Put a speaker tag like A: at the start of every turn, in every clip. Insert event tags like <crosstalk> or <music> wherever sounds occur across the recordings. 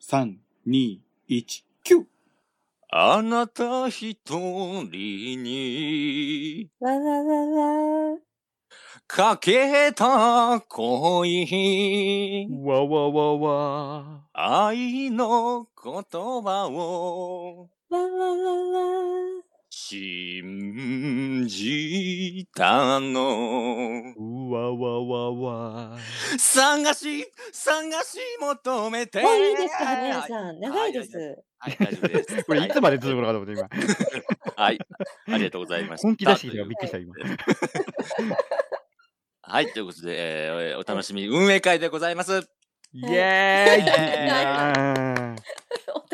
A: 三、二、一、九。
B: あなた一人に
C: わわわわ。
B: かけた恋。
D: わわわわ。
B: 愛の言葉を
C: わわわわ。
B: 信じたの。
D: うわわわわ。
B: 探し、探し求めて。
C: もういいですか、花屋さん。
B: はい
C: 長いで
B: は
C: す。
B: はい、大丈夫です。
D: <laughs> これいつまで続くのかと思 <laughs> って今。
B: はい、ありがとうございました。
D: 本気出してきたからびっくりした今。
B: はい、ということで、えーお楽しみ運営会でございます。
D: イエーイ
B: は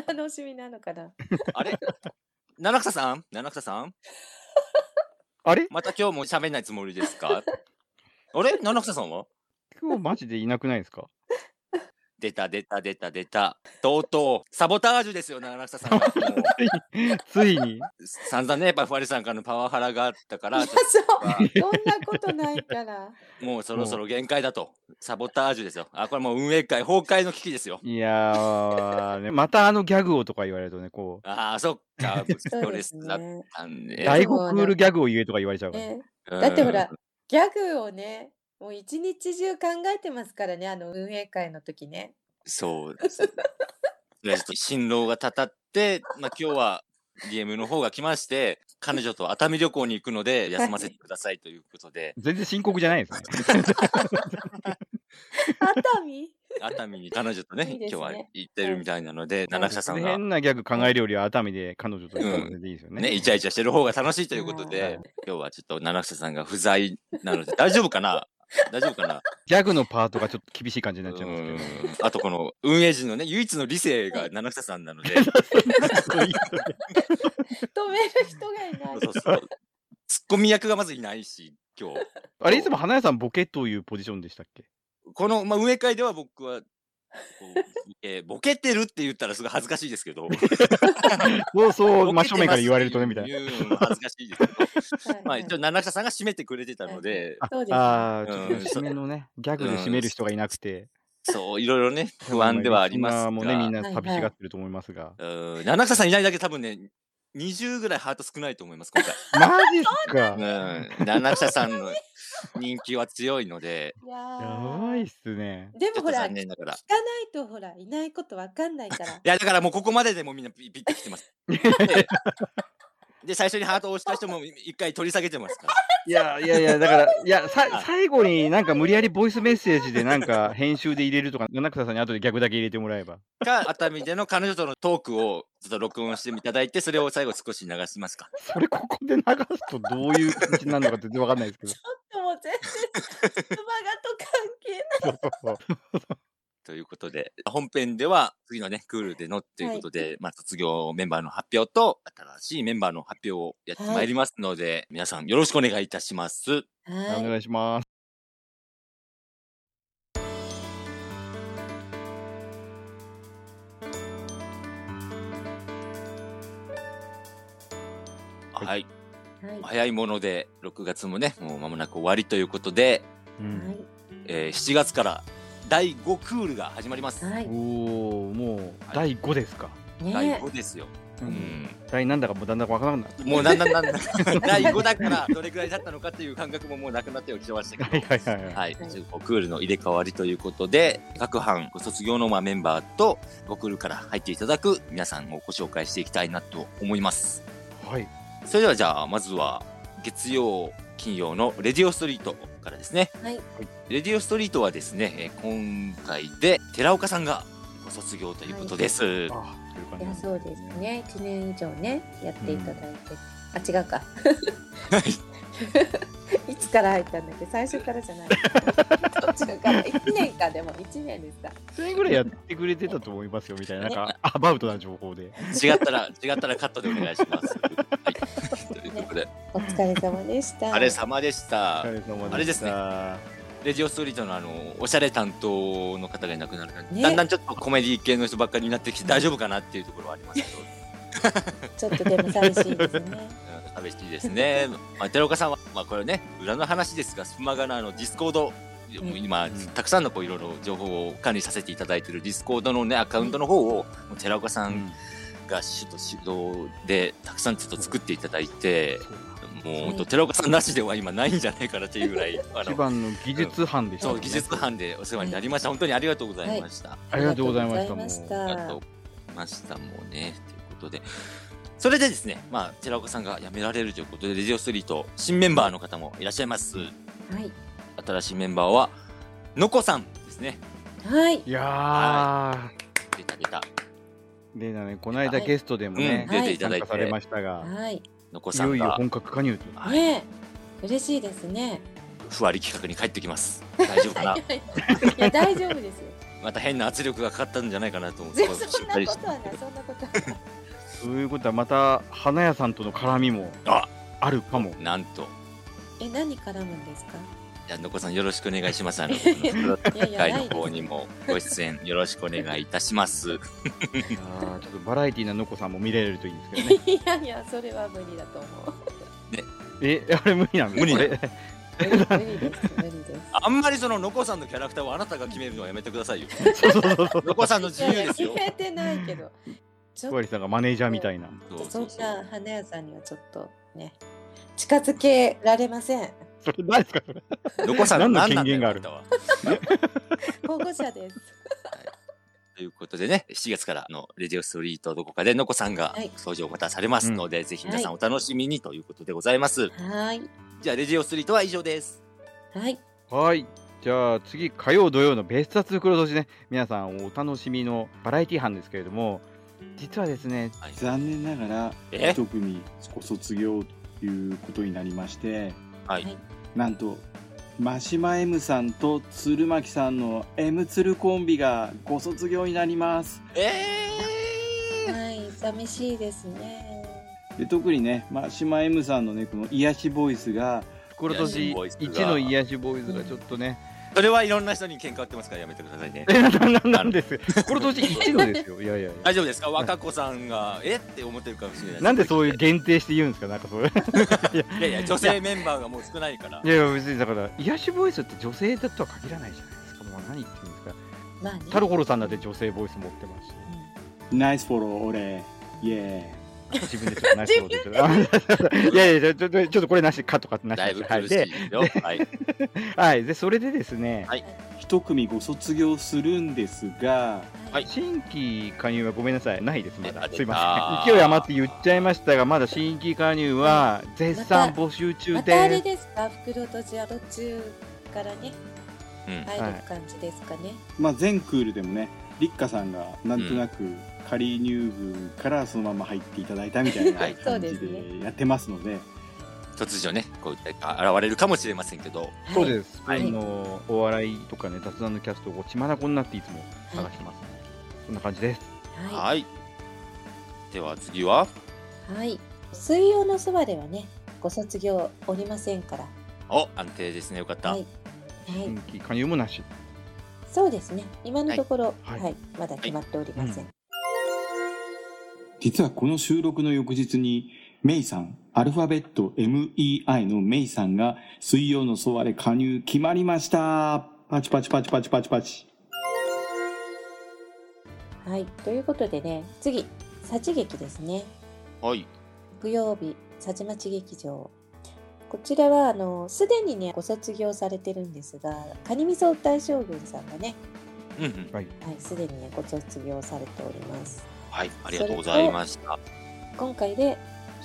C: お楽しみなのかな。
B: あれ七草さん七草さん
D: あれ
B: また今日も喋んないつもりですかあれ七草さんは
D: 今日マジでいなくないですか <laughs>
B: 出た出た出た出た。とうとう、サボタージュですよ、七草さんは。もう
D: ついに。
B: 散々ね、やっぱファレさんからのパワハラがあったか
C: いや
B: ら、ち
C: そ
B: ょっ
C: う。そんなことないから。
B: ともうそろそろ限界だと。サボタージュですよ。あ、これもう運営会崩壊の危機ですよ。
D: いやー、ね、またあのギャグをとか言われるとね、こ
B: ああ、そっか、 <laughs> ス
C: そ
B: ト
C: うで
B: レ
C: す
B: スだっ
C: ね。
B: たん
D: う、
B: で。
D: 第5クールギャグを言えとか言われちゃうからね。
C: ね
B: うん
C: だってほら、ギャグをね、もう一日中考えてますからね、あの運営会の時ね。
B: そうですね。いやちょっと辛労がたたって、まあ、今日は DM の方が来まして、彼女と熱海旅行に行くので、休ませてくださいということで、
D: 全然深刻じゃないですね。
C: 熱海
B: 熱海に彼女とね、
C: いいですね
B: 今日は行ってるみたいなので、
C: はい
B: 七草さ <laughs> んが。
D: 変なギャグ考えるよりは熱海で彼女と行ったのでいいですよね。
B: ね、イチャイチャしてる方が楽しいということ
D: はい
B: で、今日はちょっと七草さんが不在なので、 <laughs> 大丈夫かな大丈夫かな
D: ギャグのパートがちょっと厳しい感じになっちゃいますけど
B: うん。あとこの運営陣のね、唯一の理性が七草さんなので、
C: 止める人がいない。
B: そうそうツッコミ役がまずいないし、今日。
D: <laughs> あれ、いつも花屋さんボケというポジションでしたっけ
B: この、まあ、運営会では僕は、こうえーボケてるって言ったらすごい恥ずかしいですけど。
D: <laughs> そう <laughs> そう、
B: ボケて
D: 真
B: ます
D: 正面から言われるとね、みたいな。
B: 言うのも恥ずかしいですけど。
C: はい
B: まあ、
C: はい
B: 一応、七草さんが締めてくれてたので、
C: そうですね。
D: ああ、
B: うん
D: ちょっと締めのね、ギャグで締める人がいなくて、
B: そう、いろいろ <laughs> ね、不安ではありますが、
D: もうね、みん
B: う
D: な
C: はい
D: 寂しがってると思いますが。
B: ん七草さんいないだけ多分ね、20ぐらいハート少ないと思います、今回。
D: マジっすか
B: <laughs> うん、七草さんの人気は強いので、
C: いやー
D: やばいっすね。
C: で
B: ちょ
C: も
B: っと
C: ほら、
B: 残
C: 聞かない
B: 念ながら。い
C: とほら、いないことわかんないから。
B: や、だからもうここまででもうみんなピピッてきてます。で、最初にハートを押した人も一回取り下げてますから。
D: いやいやいや、だから、いや、
B: あ
D: さ <laughs> 最後になんか無理やりボイスメッセージでなんか編集で入れるとか、七草さんに後で逆だけ入れてもらえば。
B: か、熱海での彼女とのトークをちょっと録音していただいて、それを最後少し流しますか。
D: それここで流すとどういう感じになるのか全然わかんないですけど。
C: もう全然、スマガと関係ない。
D: そうそうそう
B: ということで、本編では次のね、クールでのっていうことで、まあ、卒業メンバーの発表と、新しいメンバーの発表をやってまいりますので、皆さんよろしくお願いいたします。
D: お願いします。
B: はい。
C: はい。はい。
B: 早いもので、6月もね、もう間もなく終わりということで、
D: うん、
B: えー7月から第5クールが始まります。
C: はい。
D: おお、もう第5ですか。
B: 第
C: ね
B: 5ですよ。
D: う、
B: うんん。
D: 第何だかもうだんだんわからなくなっ
B: もうだんだんだんだん <laughs> 第5だからどれくらいだったのかっていう感覚ももうなくなってきてましたけ
D: た。
B: ど。
D: はいはいはいはい。
B: はい、ちょっとこうクールの入れ替わりということで、各班ご卒業のまあメンバーと、ごクールから入っていただく皆さんをご紹介していきたいなと思います。
D: はい、
B: それではじゃあ、まずは月曜、金曜のレディオストリートからですね。
C: はい。
B: レディオストリートはですね、えー今回で寺岡さんがご卒業ということです。
D: ああ、という
C: い
D: 感じな
C: や、
D: ん
C: そうです。ね。一年以上ね、やっていただいて。あ、違うか。 <laughs> いつから入ったんだっけ、最初からじゃない。どっちかから、一年か、でも、一年ですか。
D: 1年ぐらいやってくれてたと思いますよみたいな、なんかアバウトな情報で。
B: 違ったら、違ったらカットでお願いします。は
D: <laughs>
B: い、ということで、
C: お疲れ様でした。
B: あれ様でした。
D: お疲れ様
B: あれですね
D: した
B: レジオストリートのあのおしゃれ担当の方がいなくなるから、
C: ね
B: だんだんちょっとコメディ系の人ばっかりになってきて大丈夫かなっていうところはありますけどうん
C: ちょっとでも寂しいですね。
B: <laughs> 寂しいですね、まあ、寺岡さんは、まあ、これね裏の話ですがスマガナのディスコードもう今、
D: うん
B: たくさんのこういろいろ情報を管理させていただいてるディスコードのねアカウントの方を、もう寺岡さ
D: うんん
B: が主と主導でたくさんちょっと作っていただいて、もう本
C: はい
B: 当寺岡さんなしでは今ないんじゃないかなっていうぐらいあ
D: 一
B: の
D: 番の技術班でした
B: そ
D: もん
B: う
D: ね
B: 技術班でお世話になりました、本当にありがとうございました。
D: <laughs> ありがとうございました
C: ありがとうございました
B: ありがとうございましたもうねということでそれでですねまあ寺岡さんが辞められるということでレディオストリート新メンバーの方もいらっしゃいます
C: はい。
B: 新しいメンバーはのこさんですね
C: はい
D: い。や
B: 出た出た
D: ーでだねこの間ゲストでも
B: うん
D: ね
C: はい
B: 出ていただ
D: 参
B: い
D: 加され
B: て
D: ましたが
C: はい。
B: のこ
D: い
B: さん
D: よいよ
B: が
D: 本格加入と
B: はい
C: ねえ。嬉しいですね。
B: ふわり企画に帰ってきます大丈夫かな
C: いや、大丈夫ですよ。
B: また変な圧力がかかったんじゃないかなと思って
C: 全然そんなことはない。そんなことは <laughs> ない。
D: そういうことはまた花屋さんとの絡みも
B: あ
D: あるかも
B: なんと
C: え、何絡むんですか。
B: いやのこさんよろしくお願いしますあのこ
C: いやい
B: の
C: や、
B: 会
C: な
B: の
C: いで
B: 方にもご出演よろしくお願いいたします
D: いやーちょっとバラエティーなのこさんも見れるといいんですけどね
C: す。いやいや、それは無理だと思う。
D: えあれ無理なの
B: 無理なの
D: これ
C: 無理無理です。無理です。
B: あんまりそののこさんのキャラクターをあなたが決めるのはやめてくだ
D: <laughs>
B: さいよ
D: そうそうそうそう
B: のこさんの自由ですよ
C: いやいや決めてないけど。ち
D: 小
C: ょっ
D: 林さんがマネージャーみたいな
C: と、 <laughs> そんな花屋さんにはちょっとね。近づけられませ <laughs> ん。
D: それ誰ですかそれ
B: のこさん
D: 何の
B: 何なんだ
D: 権限がある
B: よあなたは
C: 保護者です。
B: ということでね、7月からのレディオストリートどこかでのこさんが
C: はい
B: 登場またされますので、ぜひ皆さん
C: は
B: お楽しみにということでございます。
C: はーい。
B: じゃあ、レディオストリートは以上です。
C: はい。
D: はいじゃあ次火曜土曜の別冊黒年ね皆さんお楽しみのバラエティー班ですけれども実はですね
B: はい
A: 残念ながら
B: え
A: 一組ご卒業ということになりまして
B: はい。
A: なんと真島 M さんと鶴巻さんの M 鶴コンビがご卒業になります
B: えー
C: はい、寂しいですね。
A: で特にね真島 M さんのねこの癒しボイスが
D: 黒年一の癒しボーイズがちょっとね
B: それはいろんな人に喧嘩売ってますからやめてくださいね。
D: えなななんです黒年一のですよ
B: <laughs>
D: いやいやいや
B: 大丈夫ですか若子さんが、えって思ってるかもしれない
D: なんでそういう限定して言うんですかなんか <laughs> そういう
B: いやいや、女性メンバーがもう少ないから
D: い。やいや別にだから癒しボイスって女性だとは限らないじゃないですかもう何言ってるんですか
C: まあね。
D: タルホロさんだって女性ボイス持ってますし
B: <laughs>
A: ナイスフォロー俺イエ
D: 自分でちょっとなしってことで <laughs> いやいやちょっとちょっとこれなしカットカットなし
B: だい
D: です
B: ぶ
D: は
B: 苦し
D: いで
B: いよ。はい。
D: はいでそれでですね
A: ー一組ご卒業するんですが
B: は
C: はいい。
D: 新規加入はごめんなさいないですま
B: 出
D: だ
B: た
D: すいません勢い余って言っちゃいましたがまだ新規加入は絶賛募集中
C: またあ
D: で
C: れ
D: す
C: ですか、袋とじアロ中からね、
B: うん。
C: 入る感じですかね。
A: まあ、前クールでもね立花さんがなんとなく仮入軍からそのまま入っていただいたみたいな
B: はい
A: 感じ
C: <laughs> そうです
A: でやってますので,、
B: 突如ね、こういった現れるかもしれませんけど、
C: はい
D: そうです、
B: はい
D: あのお笑いとかね雑談のキャストを血まなこになっていつも探してます、そんな感じです
C: は
B: はい。では次は、
C: い。はい。水曜のそばではね、ご卒業おりませんから。
B: お安定ですね、よかった。
C: はい。はい。
D: 新規加入もなし
C: そうですね。今のところ、
D: は
C: はいい、まだ決まっておりません。
A: 実はこの収録の翌日にメイさんアルファベット MEI のメイさんが水曜のソワレ加入決まりましたパチパチパチパチパチパチ
C: はい。ということでね、次、さち劇ですね。
B: はい。
C: 木曜日、さちまち劇場。こちらは、あの、すでにね、ご卒業されてるんですが、カニ味噌大将軍さんがね、
B: うんうん。
C: はい、すでにね、ご卒業されております。
B: はい、ありがとうございました。
C: 今回で、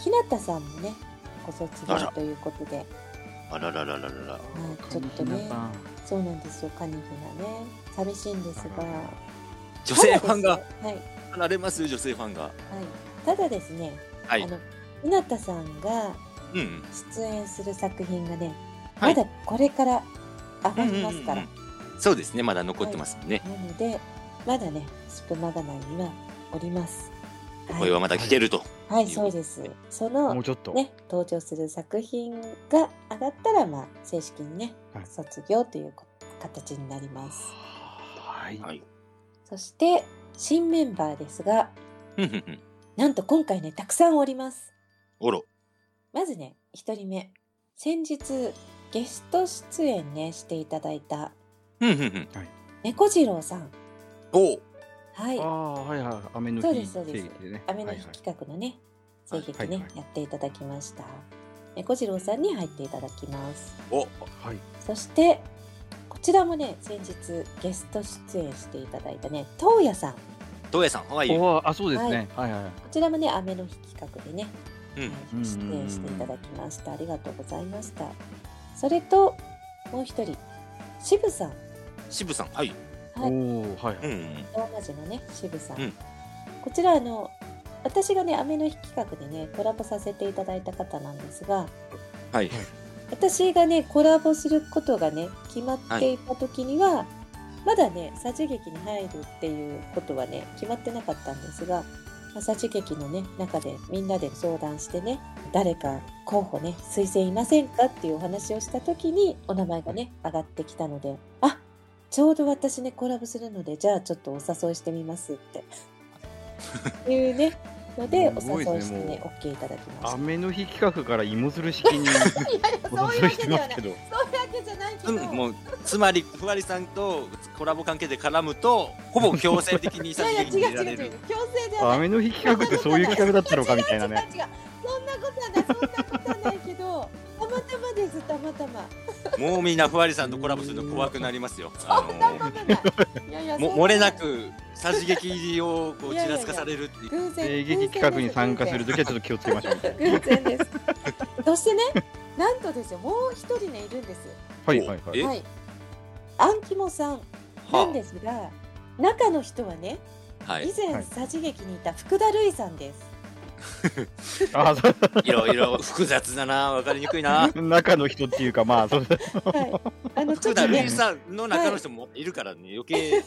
C: 日向さんもね、ご卒
B: あ
C: 業
B: ら
C: ということで、
B: あらららららら。
C: はい、ちょっとね、そうなんですよ、カニヒナね。寂しいんです
D: あ
C: が
D: ららら。
B: 女性ファンが
C: ただですねはい、はい。
B: 離れますよ、女性ファンが。
C: ただですね、
B: はい
C: あ。の、日向さんが
B: うんうん。
C: 出演する作品がね、
B: はい
C: まだこれから上がりますから、
B: うんうんうんそうですね、まだ残ってますもんね。
C: なので、まだね、隙間がないにはおります。は
B: 声
C: い、
B: はまだ聞けると。
C: はい、そうです。そ
D: も
C: の
D: うちょっと、
C: ね、登場する作品が上がったら、まあ、正式にね、
D: はい
C: 卒業という形になります。
D: はい
B: はい。
C: そして、新メンバーですが、
B: うんうんうん。
C: なんと今回ね、たくさんおります。
B: おろ。
C: まずね、一人目。先日、ゲスト出演ねしていただいた
B: うんうんうん。
C: 猫次郎さん
B: おう
C: はい
D: ああ、はいはい。雨の日
C: そうですそうです
D: 定義でね。
C: 雨の
D: はい
C: 日
D: はい
C: 企画のね、
D: はい
C: ぜひね、
D: はいはい
C: やっていただきました猫次郎さんに入っていただきます
B: お
D: はい。
C: そしてこちらもね先日ゲスト出演していただいたね東野さんこ
B: 東野さん、ハワイ
D: お
B: よ。
D: おー、あ、そうですね。はいはいはい。
C: ちらもね雨の日企画でね、
B: うん
C: はい
D: うん
C: 出演していただきましたありがとうございましたそれともう一人渋さん
B: 渋さん、はい。
C: はい
D: おお、はいは
B: う
D: い。
B: んうん。
C: ローマ字のね渋さん、
B: うん
C: こちらあの私がね雨の日企画でねコラボさせていただいた方なんですが
B: はい。
C: 私がねコラボすることがね決まっていた時には、まだね「さじ劇」に入るっていうことはね決まってなかったんですが「まあさじ劇」のね中でみんなで相談してね誰か候補ね推薦いませんかっていうお話をした時にお名前がね上がってきたのであちょうど私ねコラボするのでじゃあちょっとお誘いしてみますって
D: <laughs>
C: いうねのですお
D: ごいです
C: 誘い
D: ね
C: してね
D: も
C: OK いただきました。
D: <laughs> 雨の日企画から芋づる式にお誘いしてますけ
C: そうい
D: ど。
C: うわけじゃないけ
B: う
C: ど
B: ん、もう、つまり、ふわりさんとコラボ関係で絡むと、ほぼ強制的に
C: いやいや違
B: 劇に
C: う
B: 入れ
C: 違う
B: ら
C: 違
B: れ
C: う
B: る。
C: 強制ではない。
D: 雨の日企画ってそういう企画だったのかみたいなね。
C: 違う違う違う。そんなことはないそんなことはないけど、たまたまですたまたま。
B: もうみんなふわりさんとコラボするの怖くなりますよ。あ
C: そんなことない。いやいや
B: の、も漏れな。く、さじ劇をこうちらつかされるってい
C: そん
B: う。
C: な偶然。
D: 定劇企画に参加すると
C: と
D: きはちょっと気をつけましょうみたい
C: 偶
D: な。
C: 然です。そしてね、なんとですよもう一人ねいるんです。
D: はいはいはい。
B: え
C: はい。アンキモさんなんですが、中の人はね、
B: はい
C: 以。前さじ劇にいた福田類さんです。
D: あ、そ
B: いろいろ複雑だな、わかりにくい
C: <laughs>
B: な。
D: う中の人っていうか <laughs> まあそう。
C: はい。あのち
B: 福
C: ょっと
B: 田
C: ね
B: 瑠衣。さんの中の人もいるからね、余計。
C: ね、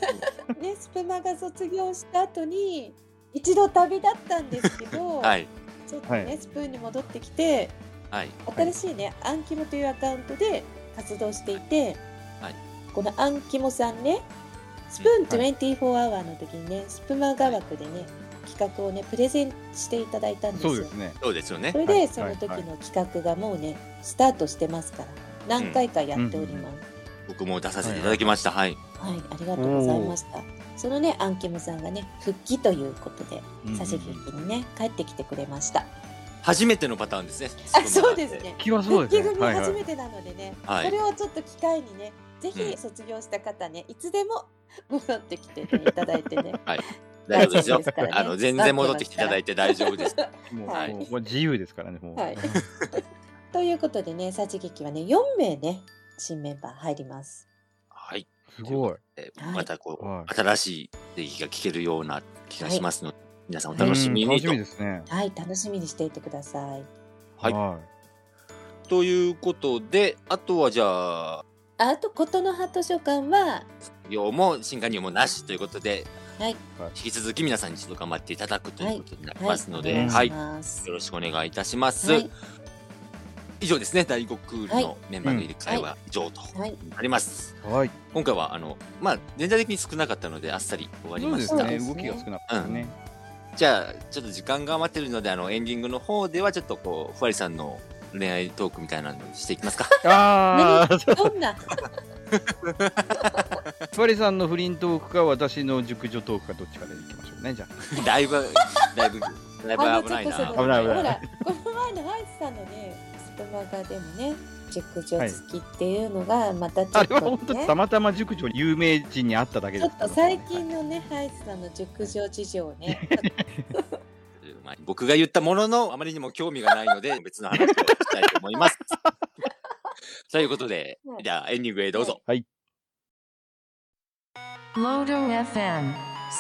C: スプマが卒業した後に一度旅立ったんですけ
D: <laughs>
C: ど、
B: <laughs> はい。
C: ちょっとね、
D: は
C: スプーンに戻ってきて
B: はい。
C: 新しいね、アンキモというアカウントで活動していて、
B: はい
C: このアンキモさんねスプーン24アワーの時にね、スプマガ枠でね企画をねプレゼンしていただいたんです
D: そ
C: よ
D: うですね。
B: そうですよね
C: そ。れ
D: は
C: で
D: い
C: その時の企画がもうねスタートしてますから何回かやっております、
B: 僕も出させていただきました。はい。
C: はい、ありがとうございました。そのね、アンキムさんがね、復帰ということで、差し引きにね、帰ってきてくれました。
B: 初めてのパターンですね。
C: あ、そうです。ね。
D: 気はそう
C: 復
D: で
C: 帰
D: すね。
C: 組
D: はいは
C: 初
D: い。
C: めてなのでね、
B: はい
C: これをちょっと機会にね、ぜ
B: う
C: ひ
B: ん
C: 卒業した方ね、いつでも戻ってきて、ね、いただいてね。
B: 大丈夫ですよ
C: 大丈夫ですから。ね
B: あの、全然戻ってきていただいて大丈夫です。
D: もう
C: はい
D: もう自由ですからねもう。
C: はい。 <laughs> ということでね、さち劇はね、4名ね、新メンバー入ります。
B: はい。
D: すごい。
B: えー
C: はい
B: またこう、
D: は
B: 新しい劇が聞けるような気がしますので、皆さんお
C: い
B: 楽しみ
D: うん
B: に
D: 楽
B: と
D: しみですね。
C: はい、楽しみにしていてください。
B: はい
D: はい。
B: ということで、あとはじゃあ、
C: あと、琴の葉図書館は、
B: 用も新加入もなしということで、
C: はい、
B: 引き続き皆さんに一度頑張っていただくということになり
C: は
B: ますので、はい。
C: お願いします
B: よろしくお願いいたします。
C: はい
B: 以上ですね、第5クールのメンバーの入れ替えは以上と
C: はい、
B: なります。
D: はい。
B: 今回は、あの、まあ、全体的に少なかったので、あっさり終わり
D: そう
B: まし
D: で
B: た。
D: すね。動きが少なかったですね。
B: じゃあ、ちょっと時間が余ってるので、あの、エンディングの方では、ちょっとこう、ふわりさんの恋愛トークみたいなのをしていき <laughs> ますか。
D: ああ、
C: どんな
D: つばりさんの不倫トークか私の熟女トークかどっちかでいきましょうねじゃあ。
B: だいぶ、だいぶ、だ
C: あ
B: いぶ危ない
C: のちょっとそ
B: な。
C: の
D: 危ない危ない
C: ほらこの前のハイジさんのねスプマガでもね熟女好きっていうのがまたちょ
D: あ
C: っ
D: れは本
C: と
D: 当
C: ね
D: にたまたま熟女に有名人に会っただけ
C: ち
D: で
C: ょ
D: す
C: っと最近のねハイジさんの熟女事情をね
B: まあ僕が言ったものの、あまりにも興味がないので、別の話をしたいと思い <laughs> ます。ということで
C: は、い
B: じゃあ、エンディングへどうぞ。
E: Lodo FM.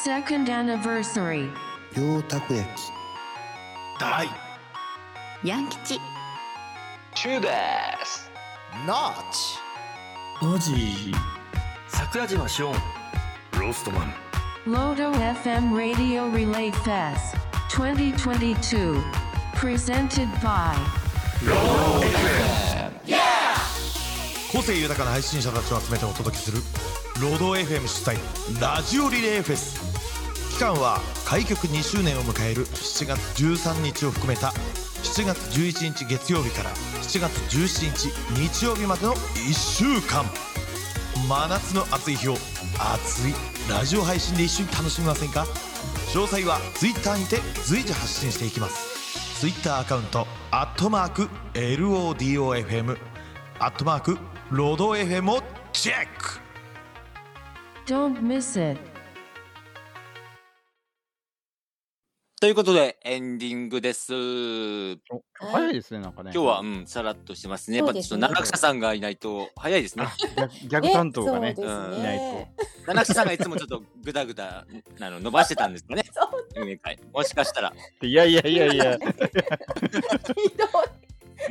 E: Second anniversary.
F: 両たこ焼き
E: ヤン吉。
F: ナーチ
G: マジ桜島しおんロストマン
E: Lodo FM Radio Relay Fest 2022. Presented by
H: 個性豊かな配信者たちを集めてお届けするロード FM 主催ラジオリレーフェス期間は開局2周年を迎える7月13日を含めた7月11日月曜日から7月17日日曜日までの1週間真夏の暑い日を熱いラジオ配信で一緒に楽しみませんか詳細は Twitter にて随時発信していきます Twitter アカウント「アットマーク #LODOFM」「アットマークロード FM」をチェック
E: Don't miss it.
B: ということで、エンディングです。
D: お早いですね、なんかね。
B: 今日は、うん、さらっとしてますね。やっ
C: そ
B: ぱ
C: う
B: ちょ
C: で
B: っ
C: す
B: と
C: ね
B: 七草さんがいないと早いです <laughs> ね。
D: 逆逆担当がね
C: そうですね
B: うん
D: いない
B: 七草さんがいつもちょっとぐだぐだなの伸ばしてたんです <laughs> かね。
C: そう
B: 運営会もしかしたら、
D: と。いやいやいやいや、
C: ひど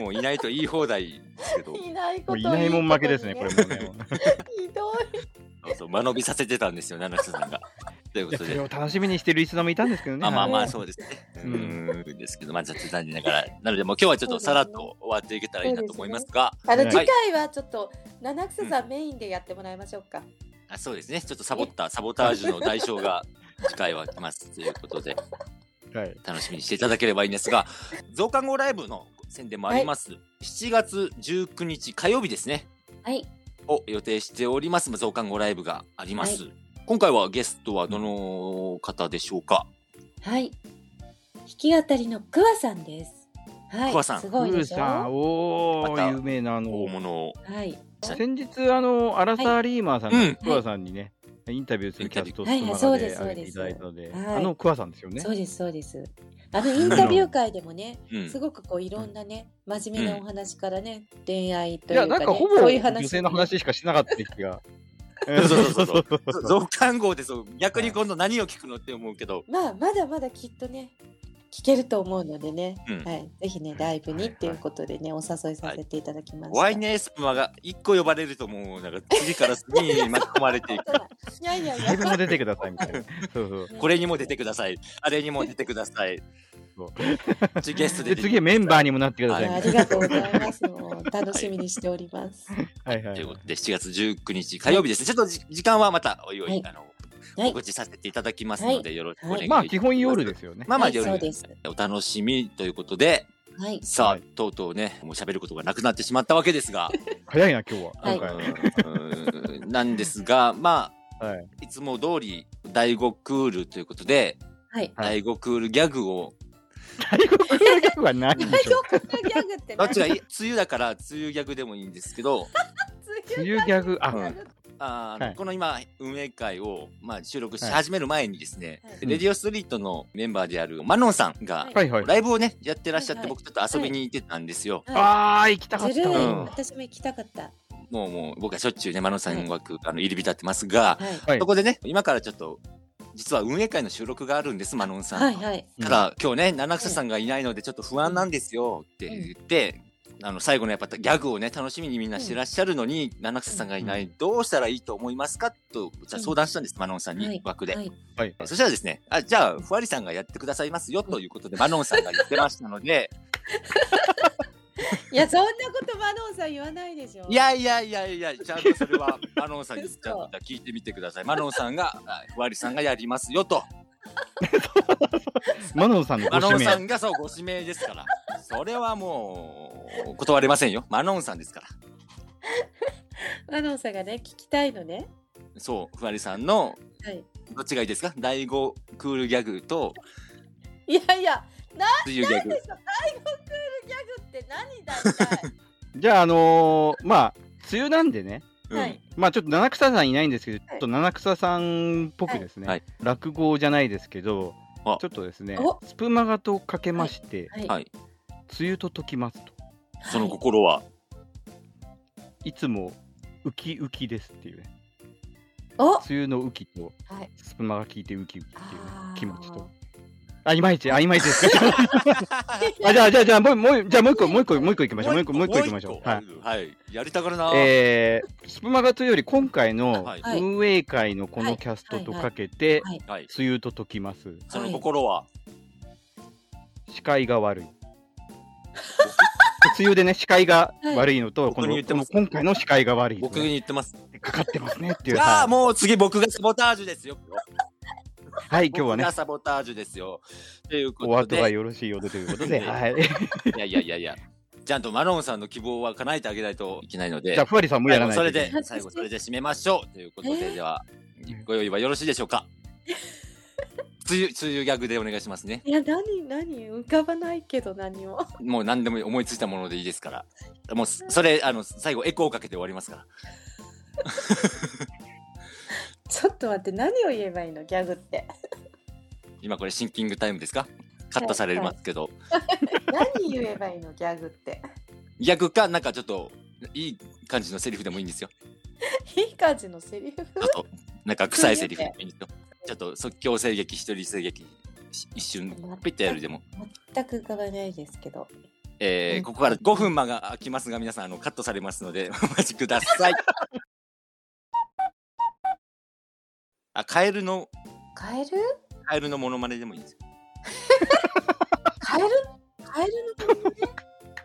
B: もういないと言い放題です <laughs> けど、
C: い。いないこ
D: も
C: と
D: う
C: に
D: いないもん負けですね、これもうね。
C: <laughs> ひどい。
B: そうそう間延びさせてたんですよ、七草さんが。という
D: い
B: こ
D: や
B: と
D: そ
B: で
D: れ。を楽しみにしてるリスナーもいたんですけどね。
B: まあまあま
D: は
B: あ
D: い
B: そうですね。う
D: うん
B: んですけど、まあちょっと残念ながら。なのでもう今日はちょっとさらっと終わっていけたらいいなと思いますが、
C: あの
D: ね
C: 次回はちょっと七草さんメインでやってもらいましょうか。
B: あそうですね。ちょっとサボった、サボタージュの代償が次回は来ますということで、
D: はい。
B: 楽しみにしていただければいいんですが、増刊号ライブの宣伝もあります。7月19日火曜日ですね。
C: はい。
B: を予定しております。まあ増刊号ライブがあります。今回はゲストはどの方でしょうか、
C: はい。弾き語りのクワさんです。はい。
B: クワさん
C: す
D: プ
C: ごいで
D: ー
C: し
D: さん、
C: ょ。
D: お
B: また
D: ー、有名なあ
B: 大
D: の。
B: 物を。
C: はい。
D: 先日、あの、アラサーリーマーさん
B: はいうん
D: がクワさんにね、インタビューするキャストを務ま
C: はいはい
D: ら
C: そうで
D: ですあげていただいたので、
C: そうですはい
D: あのクワさんですよね
C: そ。うですそうです。あのインタビュー会でもね、
B: うん
C: すごくこういろんなね、真面目なお話からね、恋愛と
D: い
C: いう
D: や、
C: か、ね、
D: なんかほぼ
C: そういう話
D: 女性の話しかしなかった気が。
B: <laughs> そうそう
D: <laughs>
B: そうそう。増刊号でそう逆に今度何を聞くのって思うけど、
C: まあまだまだきっとね聞けると思うのでね、
B: うん
C: はい、ぜひねライブ
D: はい
C: に
D: はい
C: っていうことでね、お誘いさせていただきました。
B: ワイネエスプマが一個呼ばれるともうなんか次から次に巻き込まれてい
C: <laughs>
B: く。
C: いやいやい
D: ラ
C: や
D: イブも出てくださいみたいな。そうそう。
B: これにも出てください。あれにも出てください
D: そう。
B: 次ゲストで
D: で、次はメンバーにもなってくださいみ
C: あ
D: た
C: あ
D: い
C: りがとうございます。もう楽しみにしております。
D: な。はいは
B: という
D: い
B: こ。とで7月19日火曜日ですね。ちょっとじ時間はまたおいおい、
C: はい
B: あの
C: はい
B: 告知させていただきますのでよろしくお願いします。
D: まあ、基本夜ですよね。
B: まあまあ
C: はい
B: 夜、
C: そうです。
B: お楽しみということで、
C: はい。
B: さあ、
D: はい
B: とうとうね、もう喋ることがなくなってしまったわけですが、
D: 早いな、今日は。
C: はい
D: 今回
B: うんうんなんですが、まあ、、
D: はい
B: つも通り第5クールということで、
C: はい。
D: はい
B: 第5クールギャグを
D: 最後のギャグ
C: <laughs>
D: はないでしょ。
C: 曲がギャグって
B: ど
C: 何
B: っちがいい梅雨だから梅雨ギャグでもいいんですけど
D: 梅雨ギャグ、あ、
B: う
D: は
B: んあー
D: はい
B: この今運営会を、まあ、収録し始める前にですね、
C: はい
B: でレディオストリートのメンバーであるマノンさんが
D: いはい。
B: ライブをねやってらっしゃって、
C: はいはい
B: 僕ちょっと遊びに行ってたんですよ、
C: は
D: あー、行きたかっ
C: い。ず
D: た
C: るい。
B: うん
D: わ。
C: 私も行きたかった。
B: もうもう僕はしょっちゅうねマノンさん枠、あの入り浸ってますが、
C: はい。
D: はい
B: そこでね今からちょっと実は運営会の収録があるんですマノンさん、
C: はいはい。
B: ただ今日ね七草さんがいないのでちょっと不安なんですよって言って、あの最後のやっぱギャグをね楽しみにみんなしてらっしゃるのに、七草さんがいない、どうしたらいいと思いますかとじゃあ相談したんです、マノンさんに、
C: はい
B: 枠で、
C: はい。
D: はい。
B: そしたらですねあじゃあふわりさんがやってくださいますよということで、マノンさんが言ってましたので
C: いや、そんなことマノンさん言わないでしょ。
B: い、やいやいやいやちゃんとそれはマノンさんにちゃんと聞いてみてくださいマノンさんがあふわりさんがやりますよと
D: マノンさんのご
B: マノ
D: 指
B: ンさ
D: 名。
B: んがそうご指名ですからそれはもう断れませんよマノンさんですから。
C: マノンさんがね、聞きたいのね。
B: そう、ふわりさんの、
C: はい。
B: どっちがいいですか第5クールギャグと、
C: いやいや、
B: 梅雨ギャ
C: で
B: グ
C: し。ょ。第5クールギャグって何だ <laughs> っ
D: じゃあ、あのー、まあ、梅雨なんでね。
C: た。はい。
D: まあちょっと七草さんいないんですけど、ちょっと七草さんっぽくですね、
B: はい
D: 落語じゃないですけど、
B: あ
D: ちょっとですね
C: お、
D: スプマガとかけまして、
C: はい。
B: はい
D: 梅雨と解きますと、
B: その心は、
D: いつもウキウキですっていうね、
C: お
D: 梅雨のウキと、
C: はい
D: スプマガ聞いてウキウキっていうね、
C: あー
D: 気持ちと。あ、いまいち、あ、いまいちです <laughs> か。あ、じゃあ、じゃあ、じゃあ、もう、もう、じゃあ、もう一個、もう一個、もう一個いきましょう。もう一個、もう一個いきましょう。
B: は
D: はい
B: い。。はい。やりたがるな。
D: えー、スプマガというより、今回の
B: はい。
C: はい
D: 運営会のこのキャストとかけて、
C: はい。
B: はい。
D: 梅雨と解きます。
B: その心は、
D: 視界が悪い。 <laughs> 梅雨でね、視界が悪いのと、
B: はい
D: こ
B: 僕
D: の
B: に言ってます
D: この今回の視界が悪い、
B: 僕に言ってます。
D: かかってますねってい
B: じ
D: う。
B: ゃあ、
D: はい
B: もう次僕がサボタージュですよ。
D: はい、今日は
B: 僕
D: ね
B: が、サボタージュですよ。というこ
D: お
B: と
D: 後が
B: で、
D: よろしいようでということで、
B: ね
D: はい。
B: <laughs> いやいやいやいや、ちゃんとマロンさんの希望は叶えてあげないといけないので、
D: じゃあ、ふわりさんもやらない
B: 最
D: と
B: 後
D: い
B: それ
D: け
B: で、最後それで締めましょう。ということで、では、ご用意はよろしいでしょう
C: <laughs>
B: か。梅雨、梅雨ギャグでお願いしますね。
C: いや、何、何、浮かばないけど、何も。
B: もう何でも思いついたものでいいですから。もう、それ、あの、最後エコーかけて終わりますから。
C: <laughs> ちょっと待って、何を言えばいいの、ギャグって。
B: 今これシンキングタイムですかカットされますけど。
C: 何言えばいいの、ギャグって。 <laughs>
B: ギャグか、なんかちょっと、いい感じのセリフでもいいんですよ。
C: いい感じのセリフ。
B: ちょっと、なんか臭いセリフでもいいんですよ。ちょっと即興声劇、一人声劇、し一瞬、ピッてやるでも。
C: 全く浮かばないですけど。
B: え
C: う
B: ー、
C: ん
B: ここから5分間が空きますが、皆さん、あの、カットされますので、お待ちください。あ、カエルの、
C: カエル。
B: カエルのモノマネでもいいですよ。
C: カエル。カエルの髪ね。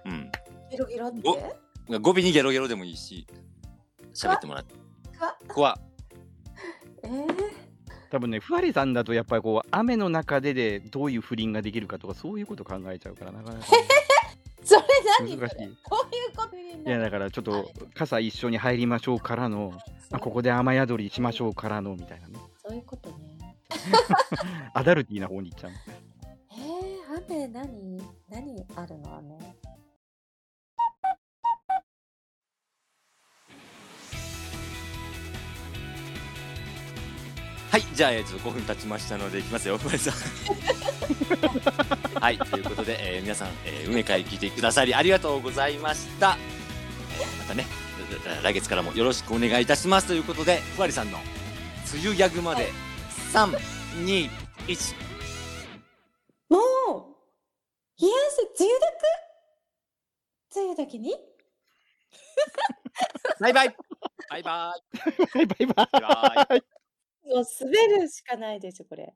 B: うん。
C: ゲロゲロって。
B: 語尾にゲロゲロでもいいし、喋ってもらって。
C: か。
B: ここは、
C: えー
D: 多分ね、ふわりさんだとやっぱりこう雨の中ででどういう不倫ができるかとかそういうこと考えちゃうからなかなかね、
C: それ何。
D: 難しい
C: それどういうことに
D: い
C: な
D: や
C: る。
D: だからちょっと傘一緒に入りましょうからの、あここで雨宿りしましょうからのみたいなね、
C: そういうことね。
D: アダルティーな方に行っちゃう。
C: えー、雨、何、何あるの、雨。
B: はい、じゃあ、えーちょっと5分経ちましたので、いきますよ、ごめんなさい。はい、ということで、えー皆さん、えー、梅会聞いてくださりありがとうございました。えーまたね、 <laughs> らら来月からもよろしくお願いいたしますということで、ふわりさんの梅雨ギャグまで、3、2、1。
C: もう冷や汗梅雨だく梅雨だけに
B: バイバイバイバイ
D: バイバ
B: バ
D: イバイ
B: イバイ
C: もう滑るしかないでしょこれ。